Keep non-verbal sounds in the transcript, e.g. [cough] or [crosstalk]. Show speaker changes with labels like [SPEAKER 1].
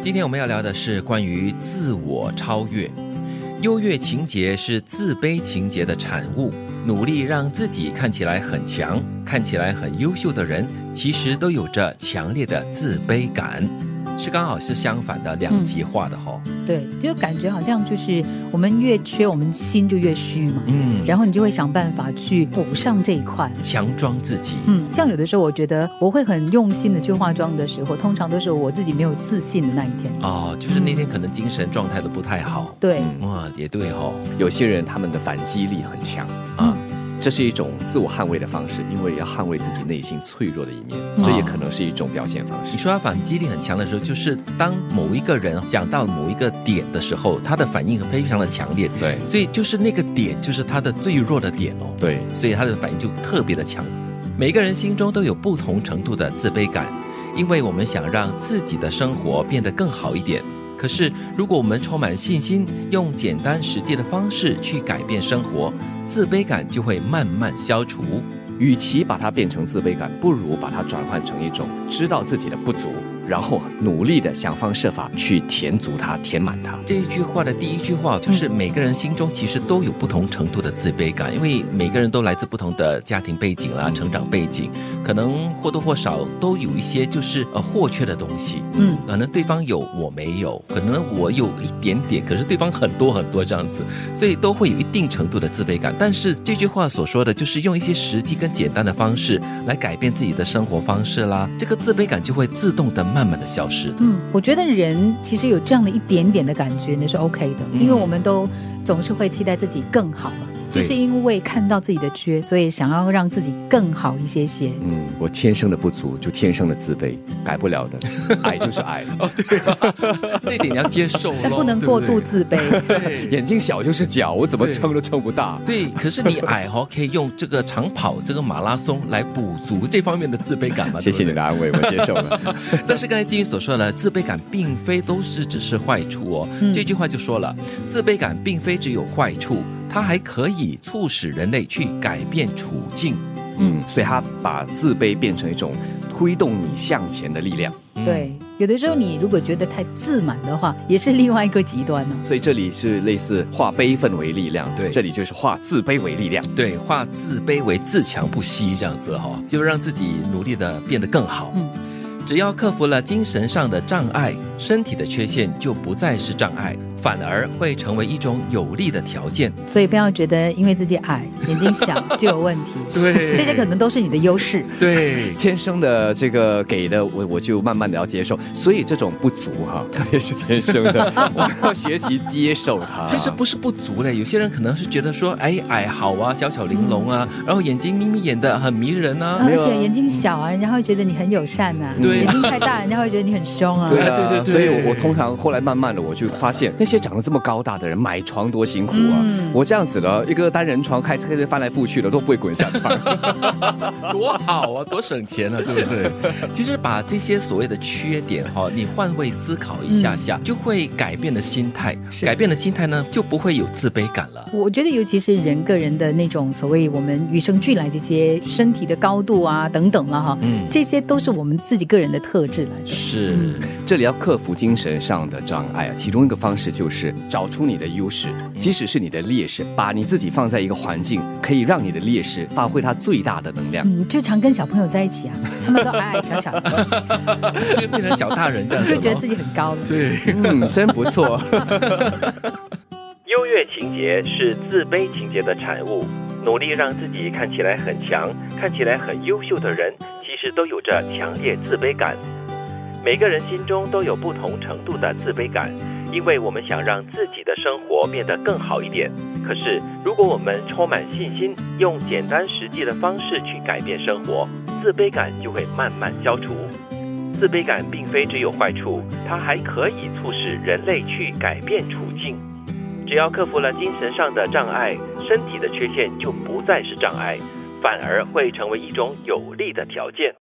[SPEAKER 1] 今天我们要聊的是关于自我超越。优越情节是自卑情节的产物，努力让自己看起来很强、看起来很优秀的人，其实都有着强烈的自卑感，是刚好是相反的两极化的哈、
[SPEAKER 2] 对，就感觉好像就是我们越缺，我们心就越虚嘛，
[SPEAKER 1] 嗯，
[SPEAKER 2] 然后你就会想办法去补上这一块。
[SPEAKER 1] 强装自己，
[SPEAKER 2] 嗯，像有的时候，我觉得我会很用心的去化妆的时候，通常都是我自己没有自信的那一天。
[SPEAKER 1] 哦，就是那天可能精神状态都不太好。
[SPEAKER 2] 对，
[SPEAKER 1] 哇，也对哦，
[SPEAKER 3] 嗯有些人他们的反击力很强啊，这是一种自我捍卫的方式，因为要捍卫自己内心脆弱的一面，这也可能是一种表现方
[SPEAKER 1] 你
[SPEAKER 3] 式。
[SPEAKER 1] 说他反击力很强的时候，就是当某一个人讲到某一个点的时候，他的反应非常的强烈，
[SPEAKER 3] 对
[SPEAKER 1] 所以就是那个点就是他的最弱的点哦，
[SPEAKER 3] 对，
[SPEAKER 1] 所以他的反应就特别的强。每个人心中都有不同程度的自卑感，因为我们想让自己的生活变得更好一点。可是，如果我们充满信心，用简单实际的方式去改变生活，自卑感就会慢慢消除。
[SPEAKER 3] 与其把它变成自卑感，不如把它转换成一种知道自己的不足，然后努力的想方设法去填足它、填满它。
[SPEAKER 1] 这一句话的第一句话就是
[SPEAKER 2] 嗯
[SPEAKER 1] 每个人心中其实都有不同程度的自卑感，因为每个人都来自不同的家庭背景啦、
[SPEAKER 2] 嗯
[SPEAKER 1] 成长背景，可能或多或少都有一些就是呃或缺的东西。
[SPEAKER 2] 嗯，
[SPEAKER 1] 可能对方有我没有，可能我有一点点，可是对方很多很多这样子，所以都会有一定程度的自卑感。但是这句话所说的就是用一些实际跟简单的方式来改变自己的生活方式啦，这个自卑感就会自动的慢慢的消失的。
[SPEAKER 2] 嗯，我觉得人其实有这样的一点点的感觉，那是 OK 的，因为
[SPEAKER 1] 嗯
[SPEAKER 2] 我们都总是会期待自己更好嘛。就
[SPEAKER 1] 对
[SPEAKER 2] 是因为看到自己的缺，所以想要让自己更好一些些。
[SPEAKER 3] 嗯，我天生的不足就天生的自卑，改不 [laughs] 了的，矮就是矮，
[SPEAKER 1] 这点你要接受咯，
[SPEAKER 2] [laughs] 但不能过度自卑，
[SPEAKER 1] [laughs] 对不对。对
[SPEAKER 3] 眼睛小就是脚，我怎么
[SPEAKER 1] 对
[SPEAKER 3] 撑都撑不大。
[SPEAKER 1] 对，可是你矮哈，可以用这个长跑、这个马拉松来补足这方面的自卑感嘛？
[SPEAKER 3] 谢谢
[SPEAKER 1] 对不对
[SPEAKER 3] 你的安慰，我接受了。
[SPEAKER 1] 但是刚才金英所说的自卑感并非都是只是坏处哦，
[SPEAKER 2] 嗯
[SPEAKER 1] 这句话就说了，自卑感并非只有坏处，它还可以促使人类去改变处境。
[SPEAKER 3] 嗯，所以他把自卑变成一种推动你向前的力量。
[SPEAKER 1] 嗯
[SPEAKER 2] 对，有的时候你如果觉得太自满的话，也是另外一个极端呢、
[SPEAKER 3] 所以这里是类似化悲愤为力量，
[SPEAKER 1] 对
[SPEAKER 3] 这里就是化自卑为力量。
[SPEAKER 1] 对，化自卑为自强不息这样子哈、就让自己努力的变得更好。
[SPEAKER 2] 嗯，
[SPEAKER 1] 只要克服了精神上的障碍，身体的缺陷就不再是障碍，反而会成为一种有利的条件。
[SPEAKER 2] 所以不要觉得因为自己矮、眼睛小就有问题，
[SPEAKER 1] 对
[SPEAKER 2] 这些可能都是你的优势。 [laughs]
[SPEAKER 1] 对。
[SPEAKER 3] 天生的这个给的，我我就慢慢的要接受，所以这种不足哈、特别是天生的， [laughs] 我要学习接受它。
[SPEAKER 1] 其实不是不足嘞，有些人可能是觉得说，哎，矮好啊，小巧玲珑啊，
[SPEAKER 2] 嗯
[SPEAKER 1] 然后眼睛眯眯眼的很迷人啊，
[SPEAKER 2] 啊
[SPEAKER 3] 没
[SPEAKER 2] 而
[SPEAKER 3] 有啊
[SPEAKER 2] 且眼睛小啊，人家会觉得你很友善呐、
[SPEAKER 1] 对
[SPEAKER 2] 眼睛太大，人家会觉得你很凶啊。
[SPEAKER 3] 对啊，
[SPEAKER 1] 对对对
[SPEAKER 3] 所以我我通常后来慢慢的我就发现，那些长得这么高大的人买床多辛苦啊！
[SPEAKER 2] 嗯
[SPEAKER 3] 我这样子的一个单人床开开翻来覆去的都不会滚下床。
[SPEAKER 2] 嗯
[SPEAKER 1] 多好啊，多省钱啊，对不
[SPEAKER 2] [laughs]
[SPEAKER 1] 对？其实把这些所谓的缺点哈、你换位思考一下下，就会改变了心态，
[SPEAKER 2] 嗯是
[SPEAKER 1] 改变了心态呢，就不会有自卑感了。
[SPEAKER 2] 我觉得，尤其是人个人的那种所谓我们与生俱来这些身体的高度啊等等了哈，
[SPEAKER 1] 嗯，
[SPEAKER 2] 这些都是我们自己个人的特质来的。
[SPEAKER 1] 是，
[SPEAKER 3] 这里要克服精神上的障碍啊，其中一个方式就是找出你的优势，即使是你的劣势，把你自己放在一个环境，可以让你的劣势发挥它最大的能量。
[SPEAKER 2] 嗯，就常跟小朋友在一起啊，他们都矮矮小小的，
[SPEAKER 1] 就变成小大人这样子
[SPEAKER 2] [laughs] 就
[SPEAKER 1] 咯，
[SPEAKER 2] 觉得自己很高了。
[SPEAKER 1] 对。
[SPEAKER 3] 嗯，真不错。
[SPEAKER 1] 优越情节是自卑情节的产物，努力让自己看起来很强、看起来很优秀的人，其实都有着强烈自卑感。每个人心中都有不同程度的自卑感，因为我们想让自己的生活变得更好一点。可是，如果我们充满信心，用简单实际的方式去改变生活，自卑感就会慢慢消除。自卑感并非只有坏处，它还可以促使人类去改变处境。只要克服了精神上的障碍，身体的缺陷就不再是障碍，反而会成为一种有利的条件。